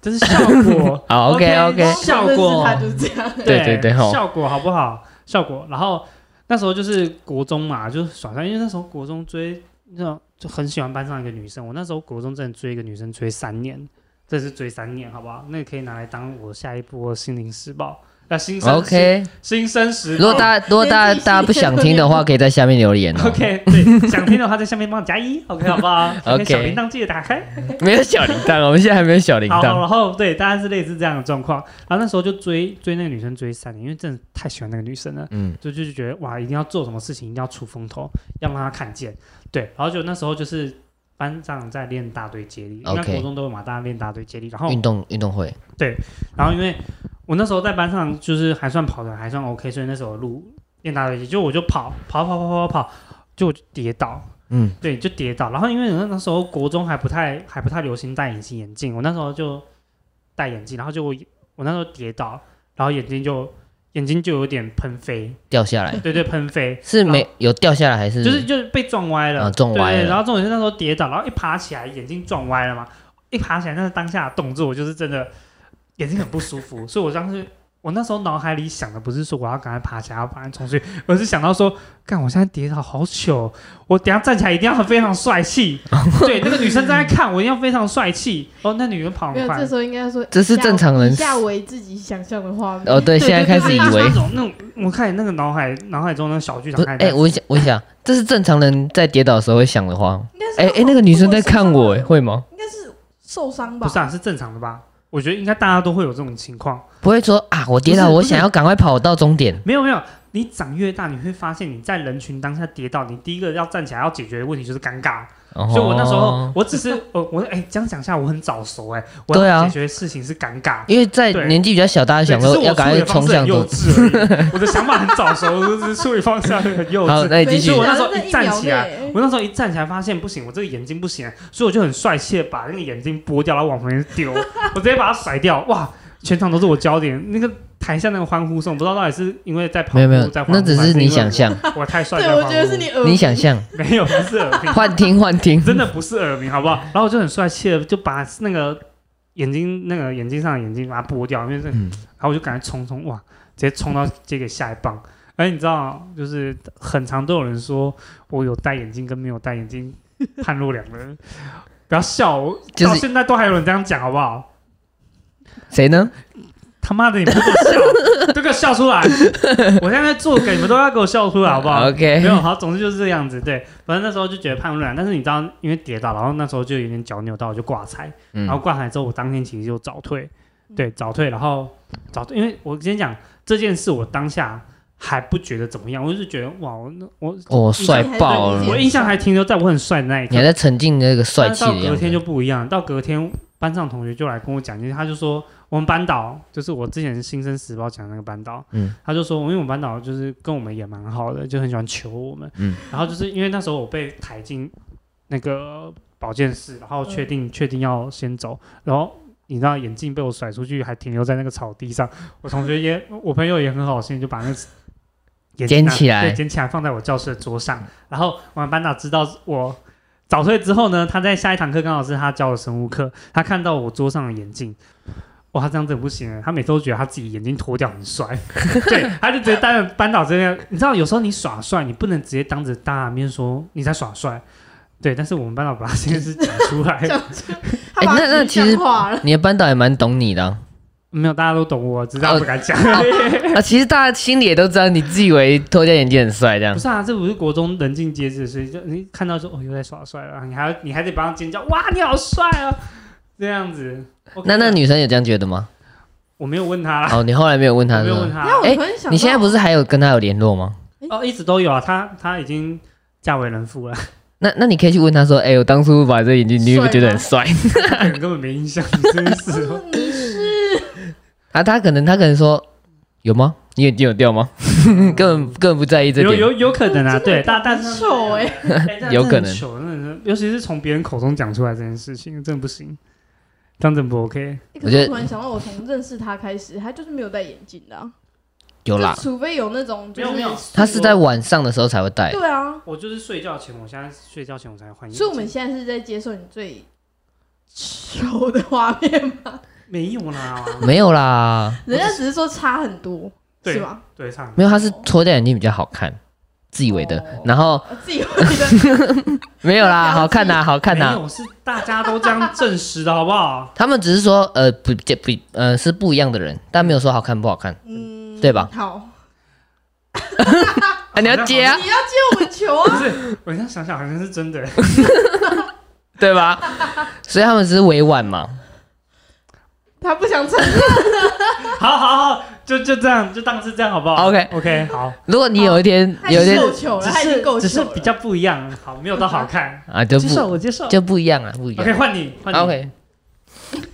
Speaker 1: 这是效果
Speaker 2: 好，OK OK，
Speaker 1: 效果
Speaker 3: 他就是这样。
Speaker 2: 对对对吼
Speaker 1: 效果好不好？效果。然后那时候就是国中嘛，就是耍帅，因为那时候国中追那种就很喜欢班上一个女生。我那时候国中真的追一个女生追三年，这是追三年，好不好？那个可以拿来当我下一波心灵时报。那新生
Speaker 2: OK。
Speaker 1: 新生时
Speaker 2: 如果
Speaker 1: 报。
Speaker 2: 大家如果大家大家不想听的话，可以在下面留言哦。
Speaker 1: OK，对，想听的话在下面帮我加 一，OK 好不好
Speaker 2: OK
Speaker 1: 小铃铛记得打开。
Speaker 2: 没有小铃铛，我们现在还没有小铃
Speaker 1: 好，
Speaker 2: 铛。
Speaker 1: 然后对，大概是类似这样的状况。啊然后那时候就追追那个女生追三年，因为真的太喜欢那个女生了，
Speaker 2: 嗯，
Speaker 1: 就就就觉得哇，一定要做什么事情，一定要出风头，要让她看见。对，然后就那时候就是班上在练大队接力，应该
Speaker 2: OK 嗯
Speaker 1: 国中都有嘛，大家练大队接力。然后
Speaker 2: 运动运动会，
Speaker 1: 然后因为我那时候在班上就是还算跑的还算 OK，所以那时候路练大队机，就我就跑跑跑跑跑跑，就跌倒，
Speaker 2: 嗯，
Speaker 1: 对，就跌倒。然后因为那那时候国中还不太还不太流行戴隐形眼镜，我那时候就戴眼镜，然后就我我那时候跌倒，然后眼睛就眼睛就有点喷飞，
Speaker 2: 掉下来
Speaker 1: 对对，喷飞，
Speaker 2: 是没有掉下来还是
Speaker 1: 就是就是被撞歪了，
Speaker 2: 嗯啊撞歪
Speaker 1: 对对
Speaker 2: 了
Speaker 1: 然后重点是那时候跌倒，然后一爬起来眼睛撞歪了嘛，一爬起来那是当下的动作，我就是真的眼睛很不舒服，所以我当时我那时候脑海里想的不是说我要赶快爬起来，要赶快冲去，而是想到说，看我现在跌倒好糗，我等一下站起来一定要非常帅 气，对，那个女生在看我一定要非常帅气，哦，那女人跑
Speaker 3: 没
Speaker 1: 很
Speaker 3: 有，
Speaker 1: 快
Speaker 3: 这。时候应该说
Speaker 2: 这是正常人
Speaker 3: 以下为自己想象的画面。
Speaker 2: 哦对，现在开始以
Speaker 1: 就是
Speaker 2: 为
Speaker 1: 那种那种，我看你那个脑海脑海中那个小剧
Speaker 2: 不
Speaker 1: 场
Speaker 2: 是
Speaker 1: 开始。
Speaker 2: 哎，我想我想这是正常人在跌倒的时候会想的话，哎哎那
Speaker 3: 哦
Speaker 2: 个女生在看我哎会吗？
Speaker 3: 应该是受伤吧？
Speaker 1: 不是啊，是正常的吧？我觉得应该大家都会有这种情况。
Speaker 2: 不会说啊我跌倒
Speaker 1: 不是
Speaker 2: 我
Speaker 1: 不是
Speaker 2: 想要赶快跑到终点，
Speaker 1: 没有没有，你长越大，你会发现你在人群当下跌倒，你第一个要站起来要解决的问题就是尴尬。所以我那时候
Speaker 2: 哦
Speaker 1: 我只是呃我哎、这样讲一下，我很早熟哎、我
Speaker 2: 对
Speaker 1: 要
Speaker 2: 啊
Speaker 1: 解决的事情是尴尬。
Speaker 2: 因为在
Speaker 1: 对
Speaker 2: 年纪比较小，大家
Speaker 1: 对
Speaker 2: 想
Speaker 1: 只是
Speaker 2: 说
Speaker 1: 我
Speaker 2: 要赶
Speaker 1: 处理
Speaker 2: 快
Speaker 1: 的方
Speaker 2: 冲
Speaker 1: 式很
Speaker 2: 向
Speaker 1: 幼
Speaker 2: 终。
Speaker 1: 稚而已，我的想法很早熟，我只是处理方式很幼
Speaker 2: 好，
Speaker 1: 稚。
Speaker 2: 那你继
Speaker 1: 所以
Speaker 2: 续
Speaker 1: 我。那时候
Speaker 3: 那
Speaker 1: 一站起来
Speaker 3: 一秒内
Speaker 1: 我那时候一站起来，发现不行，我这个眼睛不行，所以我就很帅气的把那个眼睛剥掉，然后往旁边丢， 我直接把它甩掉，哇！全场都是我焦点，那个台下那个欢呼声，我不知道到底是因为在跑步
Speaker 2: 没有没有
Speaker 1: 在，欢
Speaker 2: 那
Speaker 1: 呼
Speaker 2: 只
Speaker 1: 还
Speaker 2: 是
Speaker 1: 因为
Speaker 2: 你想象，
Speaker 1: 我，我太帅。
Speaker 3: 对，
Speaker 1: 在
Speaker 3: 我
Speaker 1: 欢
Speaker 3: 觉得是
Speaker 1: 呼
Speaker 3: 你耳
Speaker 2: 你想象，
Speaker 1: 没有，不是耳鸣，
Speaker 2: 幻听幻听，
Speaker 1: 真的不是耳鸣，好不好？然后我就很帅气的就把那个眼睛那个眼睛上的眼睛把它剥掉，因为是，
Speaker 2: 嗯
Speaker 1: 然后我就赶快冲冲哇，直接冲到这个下一棒。而你知道，就是很常都有人说我有戴眼镜跟没有戴眼镜判若两人， 不要笑我，
Speaker 2: 就是
Speaker 1: 到现在都还有人这样讲，好不好？
Speaker 2: 谁呢？
Speaker 1: 他妈的，你们都给我笑，都 给我笑出来！我现在在做梗，你们都要给我笑出来，好不好？没
Speaker 2: OK，
Speaker 1: 有好，总之就是这个样子。对，反正那时候就觉得判若两人，但是你知道，因为跌倒，然后那时候就有点脚扭到，我就挂彩。然后
Speaker 2: 嗯，
Speaker 1: 挂海之后，我当天其实就早退，对，早退，然后早退，因为我先讲这件事，我当下还不觉得怎么样，我就是觉得哇，我那我
Speaker 2: 哦，帅爆
Speaker 3: 嗯，
Speaker 1: 我
Speaker 2: 了！
Speaker 1: 印象还停留在我很帅的那一刻
Speaker 2: 你还，在沉浸那个帅
Speaker 1: 但是
Speaker 2: 气的
Speaker 1: 到
Speaker 2: 样
Speaker 1: 隔天就
Speaker 2: 子，
Speaker 1: 不一样，到隔天班上同学就来跟我讲，就是他就说我们班导就是我之前新生时报讲的那个班导，
Speaker 2: 嗯
Speaker 1: 他就说因为我们班导就是跟我们也蛮好的，就很喜欢求我们，
Speaker 2: 嗯
Speaker 1: 然后就是因为那时候我被抬进那个保健室，然后确
Speaker 2: 嗯
Speaker 1: 定确定要先走，然后。你知道眼镜被我甩出去，还停留在那个草地上。我同学也，我朋友也很好心，就把那个眼镜
Speaker 2: 捡
Speaker 1: 拿
Speaker 2: 起来
Speaker 1: 对捡起来放在我教室的桌上。然后我们班长知道我早退之后呢，他在下一堂课刚好是他教的生物课，他看到我桌上的眼镜，哇，他这样子不行了，欸他每次都觉得他自己眼睛脱掉很帅，对，他就直接当着班导这样，你知道有时候你耍帅，你不能直接当着大家面说你在耍帅，对，但是我们班导把这件事讲出来
Speaker 3: 讲他
Speaker 2: 哎
Speaker 3: 把
Speaker 2: 那那
Speaker 3: 自己
Speaker 2: 其实
Speaker 3: 讲话了，
Speaker 2: 你的班导也蛮懂你的啊
Speaker 1: 没有，大家都懂我，只是他不敢讲。
Speaker 2: 啊。其实大家心里也都知道，你自以为脱掉眼镜很帅这 样
Speaker 1: 不。是啊，这不是国中人尽皆知，所以就你看到说哦又在耍帅了，你还要你还得帮他尖叫，哇你好帅哦， 这样子。OK
Speaker 2: 那那
Speaker 1: 的
Speaker 2: 女生有这样觉得吗？
Speaker 1: 我没有问他啦，
Speaker 2: 哦，你后来没有问她
Speaker 1: 啊我没
Speaker 2: 是
Speaker 1: 有问
Speaker 2: 吗？
Speaker 1: 他
Speaker 3: 那
Speaker 1: 啦，
Speaker 3: 我突然想到，
Speaker 2: 啊哎你现在不是还有跟她有联络吗？
Speaker 1: 哦一直都有啊，他他已经嫁为人妇了，
Speaker 2: 那那你可以去问她说，哎，我当初把这眼镜，你有没有觉得很帅？
Speaker 1: 他可能根本没印象，真是哦。
Speaker 3: 你是
Speaker 2: 啊，她可能她可能说有吗？你眼镜有 掉吗？ 根本根本不在意这
Speaker 1: 有
Speaker 2: 点。
Speaker 1: 有有可能啊，对，但但
Speaker 3: 很
Speaker 1: 是
Speaker 3: 丑哎，
Speaker 1: 哎但
Speaker 2: 有可
Speaker 1: 真
Speaker 2: 能
Speaker 1: 的很糗真的是尤其是从别人口中讲出来这件事情，真的不行，这样真的不 OK。
Speaker 3: 可
Speaker 2: 我
Speaker 3: 是
Speaker 2: 觉
Speaker 3: 我
Speaker 2: 得
Speaker 3: 突然想到，我从认识他开始，他就是没有戴眼镜的啊，
Speaker 2: 有啦
Speaker 3: 就，除非有那种就
Speaker 1: 没有没有
Speaker 3: 是
Speaker 2: 她是在晚上的时候才会戴。
Speaker 3: 对啊，
Speaker 1: 我就是睡觉前，我现在睡觉前我才换眼镜。
Speaker 3: 所以我们现在是在接受你最丑的画面吗，
Speaker 1: 没有啦，
Speaker 2: 没有啦，
Speaker 3: 人家只是说差很多，
Speaker 1: 对
Speaker 3: 是吧？
Speaker 1: 对，差很多
Speaker 2: 没有，他是脱掉眼镜比较好看，自以为的。
Speaker 3: 哦
Speaker 2: 然后
Speaker 3: 我自己会 的，
Speaker 2: 没有啦，
Speaker 3: 了解
Speaker 2: 好看呐，好看
Speaker 1: 没
Speaker 2: 呐。
Speaker 1: 有是大家都这样证实的好不 好？
Speaker 2: 他们只是说，呃，不，这不，呃，是不一样的人，但没有说好看不好看。
Speaker 3: 嗯，
Speaker 2: 对吧？
Speaker 3: 好，
Speaker 2: 啊，你要接啊，
Speaker 3: 你要接我们球啊！
Speaker 1: 不是，我现在想想好像是真的。
Speaker 2: 对吧？所以他们只是委婉嘛。
Speaker 3: 他不想承认。
Speaker 1: 好好好，就就这样，就当是这样好不好
Speaker 2: OK
Speaker 1: OK，好，
Speaker 2: 如果你有一天
Speaker 3: 他
Speaker 2: 有
Speaker 3: 已
Speaker 2: 一
Speaker 3: 经
Speaker 2: 天
Speaker 3: 够糗了，
Speaker 1: 只
Speaker 3: 他已经
Speaker 1: 是
Speaker 3: 够糗了，
Speaker 1: 只是比较不一样，好，没有到好看，
Speaker 2: 啊，就
Speaker 1: 接受
Speaker 2: 不
Speaker 1: 我接受。
Speaker 2: 就不一样啊，不一样
Speaker 1: OK，。换你，换你。
Speaker 2: OK，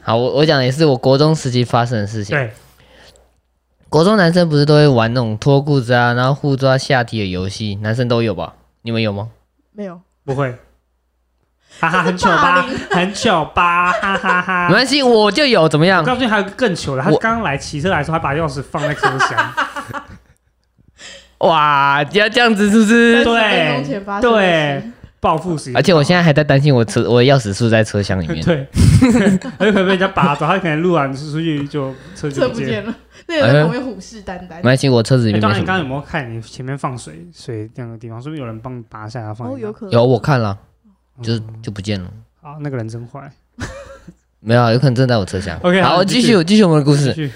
Speaker 2: 好，我我讲的也是我国中时期发生的事情。
Speaker 1: 对，
Speaker 2: 国中男生不是都会玩那种脱裤子啊，然后互抓下体的游戏，男生都有吧？你们有吗？
Speaker 3: 没有，
Speaker 1: 不会，哈哈，
Speaker 3: 这
Speaker 1: 很
Speaker 3: 是
Speaker 1: 糗吧
Speaker 3: 霸凌？
Speaker 1: 很糗吧？哈哈哈
Speaker 2: 没。关系，我就有，怎么
Speaker 1: 我
Speaker 2: 样？
Speaker 1: 告诉你，还有一个更糗的，他
Speaker 2: 我
Speaker 1: 刚来骑车来的时候，他把钥匙放在车厢，
Speaker 2: 哇，要这样子是不
Speaker 3: 30
Speaker 2: 是？
Speaker 3: 分钟前发生的
Speaker 1: 对
Speaker 3: 事，
Speaker 1: 报复型。
Speaker 2: 而且我现在还在担心我车我的钥匙是不是在车厢里面。
Speaker 1: 对， 而且可能被人家拔走，他可能录完出去就车就
Speaker 3: 这
Speaker 1: 不
Speaker 3: 不
Speaker 1: 见了。
Speaker 3: 见了，那个人在旁边虎视眈眈
Speaker 2: 没。关系，我车子里
Speaker 1: 哎
Speaker 2: 面
Speaker 1: 当
Speaker 2: 没
Speaker 1: 然，
Speaker 2: 什
Speaker 1: 你刚刚
Speaker 2: 么。
Speaker 1: 有没有看你前面放水水那个地方，是不是有人帮你拔下来放？
Speaker 3: 哦，有可能
Speaker 2: 有我看了，
Speaker 1: 嗯
Speaker 2: 就是就不见了。
Speaker 1: 啊，那个人真坏。
Speaker 2: 没有啊，有可能正在我车厢。
Speaker 1: OK，好
Speaker 2: 好，我
Speaker 1: 你
Speaker 2: 继
Speaker 1: 继续
Speaker 2: 续继续我们的故
Speaker 1: 继
Speaker 2: 事
Speaker 1: 续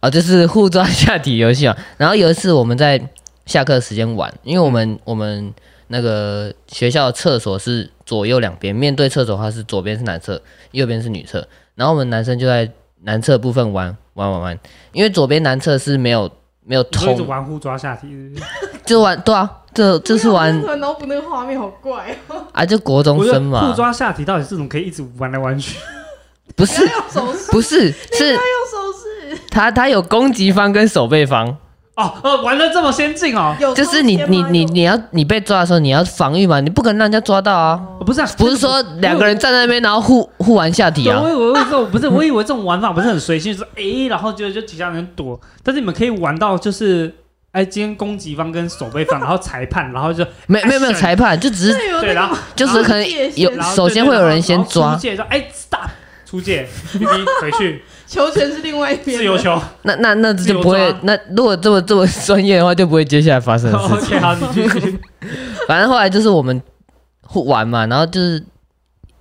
Speaker 2: 啊，就是互抓下体游戏啊。然后有一次我们在下课时间玩，因为我们我们那个学校的厕所是左右两边，面对厕所的话是左边是男厕，右边是女厕。然后我们男生就在男厕部分玩玩玩玩，因为左边男厕是没有没有
Speaker 1: 你说一直
Speaker 2: 通，
Speaker 1: 玩互抓下体是不是，
Speaker 2: 就玩对啊，这这是
Speaker 3: 我
Speaker 2: 玩
Speaker 3: 突然脑补那个画面好怪哦，
Speaker 2: 啊，就国中
Speaker 1: 我觉得
Speaker 2: 生
Speaker 1: 互
Speaker 2: 嘛，
Speaker 1: 抓下体到底是怎么可以一直玩来玩去？
Speaker 2: 不
Speaker 3: 不
Speaker 2: 是
Speaker 3: 要用手势，
Speaker 2: 不是是
Speaker 3: 不要用手势，
Speaker 2: 他他有攻击方跟守备方。
Speaker 1: 哦，呃，玩的这么先进哦。
Speaker 3: 有
Speaker 2: 就是你
Speaker 3: 空间
Speaker 2: 你
Speaker 3: 吗
Speaker 2: 你
Speaker 3: 有
Speaker 2: 你要你被抓的时候，你要防御嘛，你不可能让人家抓到啊。
Speaker 1: 哦不是啊，
Speaker 2: 不是说两个人站在那边，然后互互玩下体
Speaker 1: 对，我
Speaker 2: 啊？
Speaker 1: 以为这种不是，我以为这种玩法不是很随性，就是诶，然后就就底下人躲，但是你们可以玩到就是。哎，今天攻击方跟守备方，然后裁判，然后就
Speaker 2: 没没有没有裁判，就只是
Speaker 3: 对有
Speaker 1: 对，
Speaker 3: 那
Speaker 1: 然
Speaker 3: 个
Speaker 1: 后
Speaker 2: 就是可能
Speaker 3: 界限
Speaker 2: 有
Speaker 1: 然后
Speaker 2: 首先会有人先
Speaker 1: 然后
Speaker 2: 抓
Speaker 1: 出，界说哎，stop，出界，你回 去
Speaker 3: 球权是另外一边的，
Speaker 1: 自 由球。
Speaker 2: 那那那
Speaker 1: 自由
Speaker 2: 就不会
Speaker 1: 抓。
Speaker 2: 那如果这么这么专业的话，就不会接下来发生的事 情。
Speaker 1: OK，好，你继续。
Speaker 2: 反正后来就是我们互玩嘛，然后就是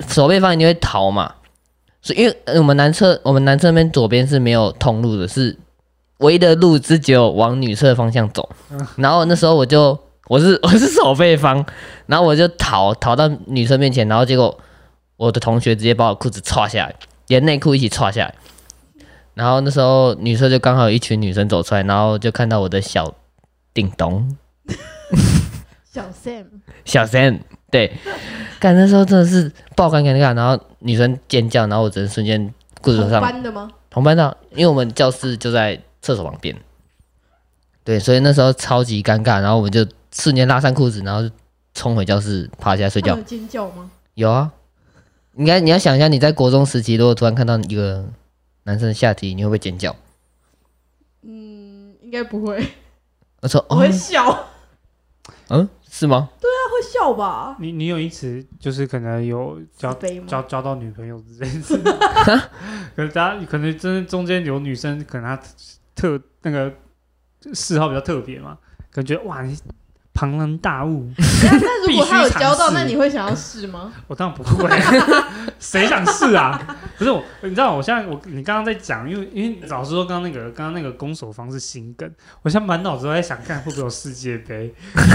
Speaker 2: 守备方一定会逃嘛，所以因为呃我们男侧我们男侧那边左边是没有通路的，是唯一的路是只有往女侧方向走
Speaker 1: 嗯。
Speaker 2: 然后那时候我就我是我是守备方，然后我就逃逃到女生面前，然后结果我的同学直接把我裤子歘下来，连内裤一起歘下来。然后那时候女生就刚好有一群女生走出来，然后就看到我的小叮咚，
Speaker 3: 小 Sam
Speaker 2: 小 Sam，对，干那时候真的是爆肝尴尬，然后女生尖叫，然后我只能瞬间裤子
Speaker 3: 同
Speaker 2: 上
Speaker 3: 班的吗？
Speaker 2: 同班到，因为我们教室就在厕所旁边，对，所以那时候超级尴尬，然后我们就瞬间拉上裤子，然后就冲回教室趴下睡
Speaker 3: 他
Speaker 2: 觉
Speaker 3: 们。有尖叫吗？
Speaker 2: 有啊，应该你要想一下，你在国中时期，如果突然看到一个男生的下体，你会不会尖叫？
Speaker 3: 嗯，应该不会，
Speaker 2: 我说
Speaker 3: 我
Speaker 2: 哦
Speaker 3: 会，笑，
Speaker 2: 嗯，是吗？
Speaker 3: 他会笑吧？
Speaker 1: 你你有一次就是可能有交
Speaker 3: 自卑吗？
Speaker 1: 交交到女朋友之类的事，可是大家可能真的中间有女生，可能她特那个嗜好比较特别嘛，可能觉得哇，你庞然大物，
Speaker 3: 那那如果他有
Speaker 1: 必须尝试
Speaker 3: 教到，那你会想要试吗？
Speaker 1: 我当然不会，啊 谁想试啊？不是我，你知道我现在我你刚刚在讲，因为因为老实说，刚刚那个刚刚那个攻守方是心梗，我现在满脑子都在想，看会不会有世界杯？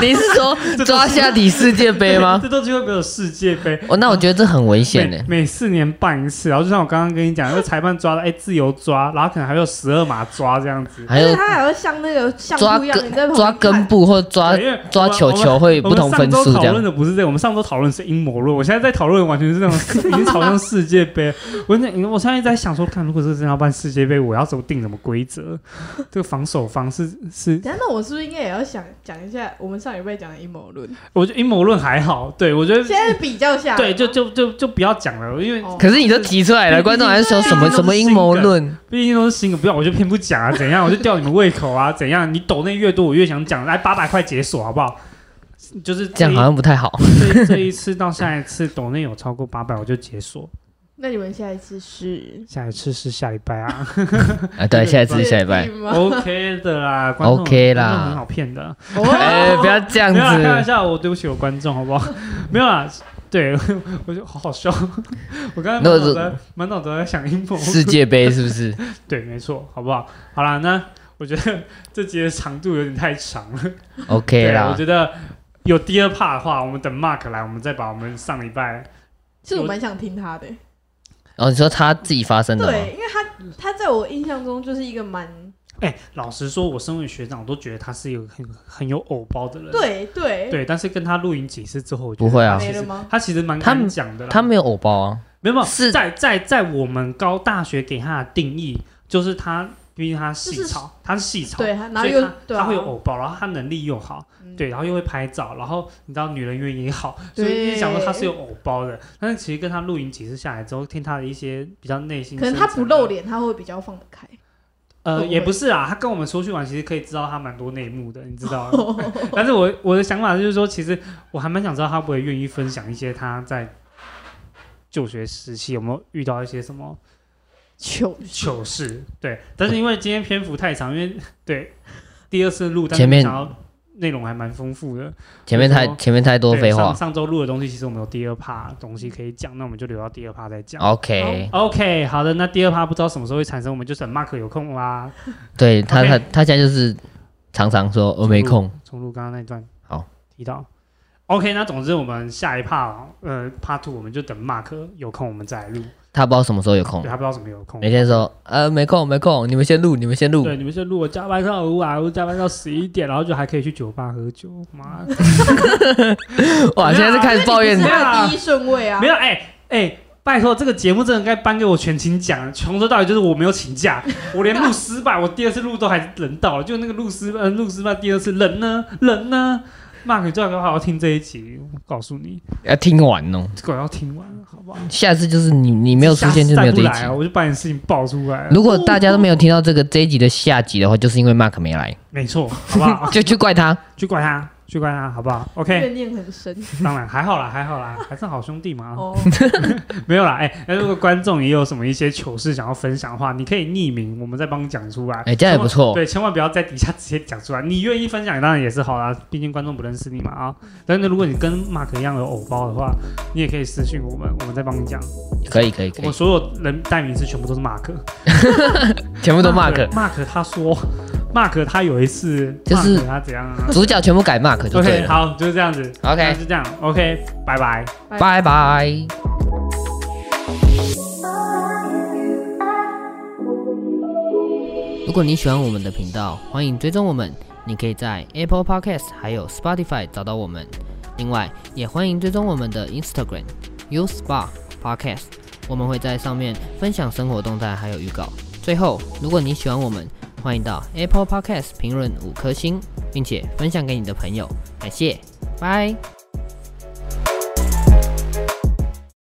Speaker 2: 你是说 抓下体世界杯吗？
Speaker 1: 这都机会不会有世界杯？
Speaker 2: 哦，那我觉得这很危险欸呢
Speaker 1: 每。每四年办一次，然后就像我刚刚跟你 讲，就裁判抓了，哎、自由抓，然后可能还有十二码抓这样子。
Speaker 2: 还有
Speaker 3: 而且他还会像那个像
Speaker 2: 抓
Speaker 3: 猪一样，你在
Speaker 2: 根抓根
Speaker 3: 根
Speaker 2: 部或 抓
Speaker 1: 对因为
Speaker 2: 抓球球会
Speaker 1: 我
Speaker 2: 不
Speaker 1: 们
Speaker 2: 同分
Speaker 1: 我们上
Speaker 2: 数
Speaker 1: 周
Speaker 2: 这
Speaker 1: 讨
Speaker 2: 样
Speaker 1: 论。的不是这个，我们上周讨论是阴谋论，我现在在讨论完全是那种已经朝向世界杯。 我那我现在在想说，看如果是真的要办世界杯，我要怎么定什么规则？ 这个防守方是是，
Speaker 3: 等一下，那我是不是应该也要想讲一下我们上礼拜讲的阴谋论？
Speaker 1: 我觉得阴谋论还好，对我觉得
Speaker 3: 现在是比较下，
Speaker 1: 对，就就就就不要讲了，因为
Speaker 3: 哦
Speaker 2: 可是你都提出 来了，观众还是说什么
Speaker 1: 对
Speaker 2: 什么阴谋论？
Speaker 1: 毕竟都是新的，不要我就偏不讲啊，怎样我就吊你们胃口啊，怎样你抖那越多我越想讲，来八百块解锁好不好？就是
Speaker 2: 这样好像不太好。
Speaker 1: 这这一次到下一次抖内有超过八百我就解锁，
Speaker 3: 那你们下一次是
Speaker 1: 下一次是下礼拜 啊
Speaker 2: 啊，对，下一次
Speaker 1: 是
Speaker 2: 下礼拜
Speaker 3: 确。定吗？
Speaker 1: ，OK 的啦，观众
Speaker 2: OK 啦
Speaker 1: 观众很好骗的，
Speaker 3: 哦，
Speaker 2: 哎，不要这
Speaker 1: 啊
Speaker 2: 样
Speaker 1: 没有啦，开玩
Speaker 2: 子。
Speaker 1: 笑，我对不起我观众好不好？ 没有啦，对 我就好好笑， 我刚才满脑子在满脑子在想阴谋，
Speaker 2: 世界杯是不 是？
Speaker 1: 对，没错，好不好？好啦，那我觉得这集的长度有点太长了。
Speaker 2: OK
Speaker 1: 对，啊我
Speaker 2: 啦，
Speaker 1: 觉得有第二 part 的话，我们等 Mark 来，我们再把我们上礼拜
Speaker 3: 其实我蛮想听他的，
Speaker 2: 哦，你说他自己发生的吗？
Speaker 3: 对，因为他他在我印象中就是一个蛮
Speaker 1: 哎、老实说，我身为学长，我都觉得他是一个很很有偶包的人。
Speaker 3: 对对，
Speaker 1: 对，但是跟他录影几次之后，我觉得
Speaker 2: 不会啊
Speaker 1: 他其
Speaker 3: 没了
Speaker 1: 实
Speaker 3: 吗？
Speaker 1: 他其实蛮敢讲的啦。
Speaker 2: 他没有偶包啊，
Speaker 1: 没有没有
Speaker 2: 是
Speaker 1: 在在在我们高大学给他的定义，就是他毕竟他是
Speaker 3: 就
Speaker 1: 细
Speaker 3: 是
Speaker 1: 草，他是细草，
Speaker 3: 对，然后
Speaker 1: 所以
Speaker 3: 又
Speaker 1: 他
Speaker 3: 对、啊，
Speaker 1: 他会有偶包，然后他能力又好，
Speaker 3: 嗯
Speaker 1: 对，然后又会拍照，然后你知道女人缘也好，所
Speaker 3: 对
Speaker 1: 以你想说他是有偶包的，但是其实跟他露营几次下来之后，听他的一些比较内心，
Speaker 3: 可能他不露，脸，他会比较放得 开。
Speaker 1: 呃，
Speaker 3: 会不
Speaker 1: 也
Speaker 3: 会
Speaker 1: 不是啊，他跟我们出去玩，其实可以知道他蛮多内幕的，你知道吗？
Speaker 3: 哦
Speaker 1: 但是我我的想法就是说，其实我还蛮想知道他会不会愿意分享一些他在就学时期有没有遇到一些什么
Speaker 3: 糗事
Speaker 1: 糗事，对。但是因为今天篇幅太长，因为 对第二次录，但
Speaker 2: 前面
Speaker 1: 是想要内容还蛮丰富的。
Speaker 2: 前面太
Speaker 1: 说
Speaker 2: 前面太多
Speaker 1: 对
Speaker 2: 废
Speaker 1: 上
Speaker 2: 话。
Speaker 1: 上周录的东西，其实我们有第二趴东西可以讲，那我们就留到第二趴再讲。哦
Speaker 2: OK，
Speaker 1: OK，好的，那第二趴不知道什么时候会产生，我们就等 Mark 有空啦，
Speaker 2: 对他
Speaker 1: OK 嗯
Speaker 2: 他他现在就是常常说我没空，
Speaker 1: 重录刚刚那一段。
Speaker 2: 好，
Speaker 1: 提到。OK，那总之我们下一趴哦，呃，Part Two 我们就等 Mark 有空我们再来录，
Speaker 2: 他不知道什么时候有空
Speaker 1: 对，他不知道什么有空
Speaker 2: 每。天说呃没空没空，你们先录你们先录。
Speaker 1: 对，你们就录我加班到五啊，我加班到十一点，然后就还可以去酒吧喝酒，妈的
Speaker 2: 哇，现在是开始抱怨
Speaker 3: 因
Speaker 1: 没有
Speaker 3: 为你不是他
Speaker 1: 啊
Speaker 3: 的第一顺位啊
Speaker 1: 没，有，哎、哎、拜托，这个节目真的该颁给我全勤奖，从头到尾就是我没有请 假，我连录失败，我第二次录都还人到了，就那个录失呃录失败第二次人呢人呢，Mark 你最好给我好好听这一集，我告诉你，
Speaker 2: 要听完哦，
Speaker 1: 这个我要听完，好不好？
Speaker 2: 下次就是你你没有出现就没有这一
Speaker 1: 下次再不
Speaker 2: 集
Speaker 1: 来啊。我就把你的事情爆出来，
Speaker 2: 如果大家都没有听到这个这一集的下集的话，就是因为 Mark 没来，
Speaker 1: 没错，好不 好？
Speaker 2: 就去怪他。
Speaker 1: 去怪他，去怪他，好不好？OK，
Speaker 3: 怨念很深
Speaker 1: 当然还好啦，还好啦，还是好兄弟嘛。
Speaker 3: 哦。
Speaker 1: 没有啦，哎、那如果观众也有什么一些糗事想要分享的话，你可以匿名，我们再帮你讲出来。
Speaker 2: 哎这样也不
Speaker 1: 千
Speaker 2: 错
Speaker 1: 万对，千万不要在底下直接讲出来。你愿意分享当然也是好啦，毕竟观众不认识你嘛啊。
Speaker 2: 嗯
Speaker 1: 但是如果你跟马克一样有偶包的话，你也可以私信我们，我们再帮你讲。
Speaker 2: 可以可以可
Speaker 1: 我
Speaker 2: 以
Speaker 1: 们，所有人代名词全部都是马克，
Speaker 2: 全部都 Mark，
Speaker 1: Mark 他说，Mark 他有一次，
Speaker 2: 就是
Speaker 1: 马克他怎样啊
Speaker 2: 主角全部改 Mark 就对
Speaker 1: ？OK，
Speaker 2: 了。
Speaker 1: 好，就是这样子。那
Speaker 2: OK，
Speaker 1: 就这样，OK，拜拜。
Speaker 2: 拜拜。如果你喜欢我们的频道，欢迎追踪我们。你可以在 Apple Podcast 还有 Spotify 找到我们。另外，也欢迎追踪我们的 Instagram U Spa Podcast，我们会在上面分享生活动态还有预告。最后，如果你喜欢我们，欢迎到 Apple Podcast 评论五颗星，并且分享给你的朋友。感谢，拜。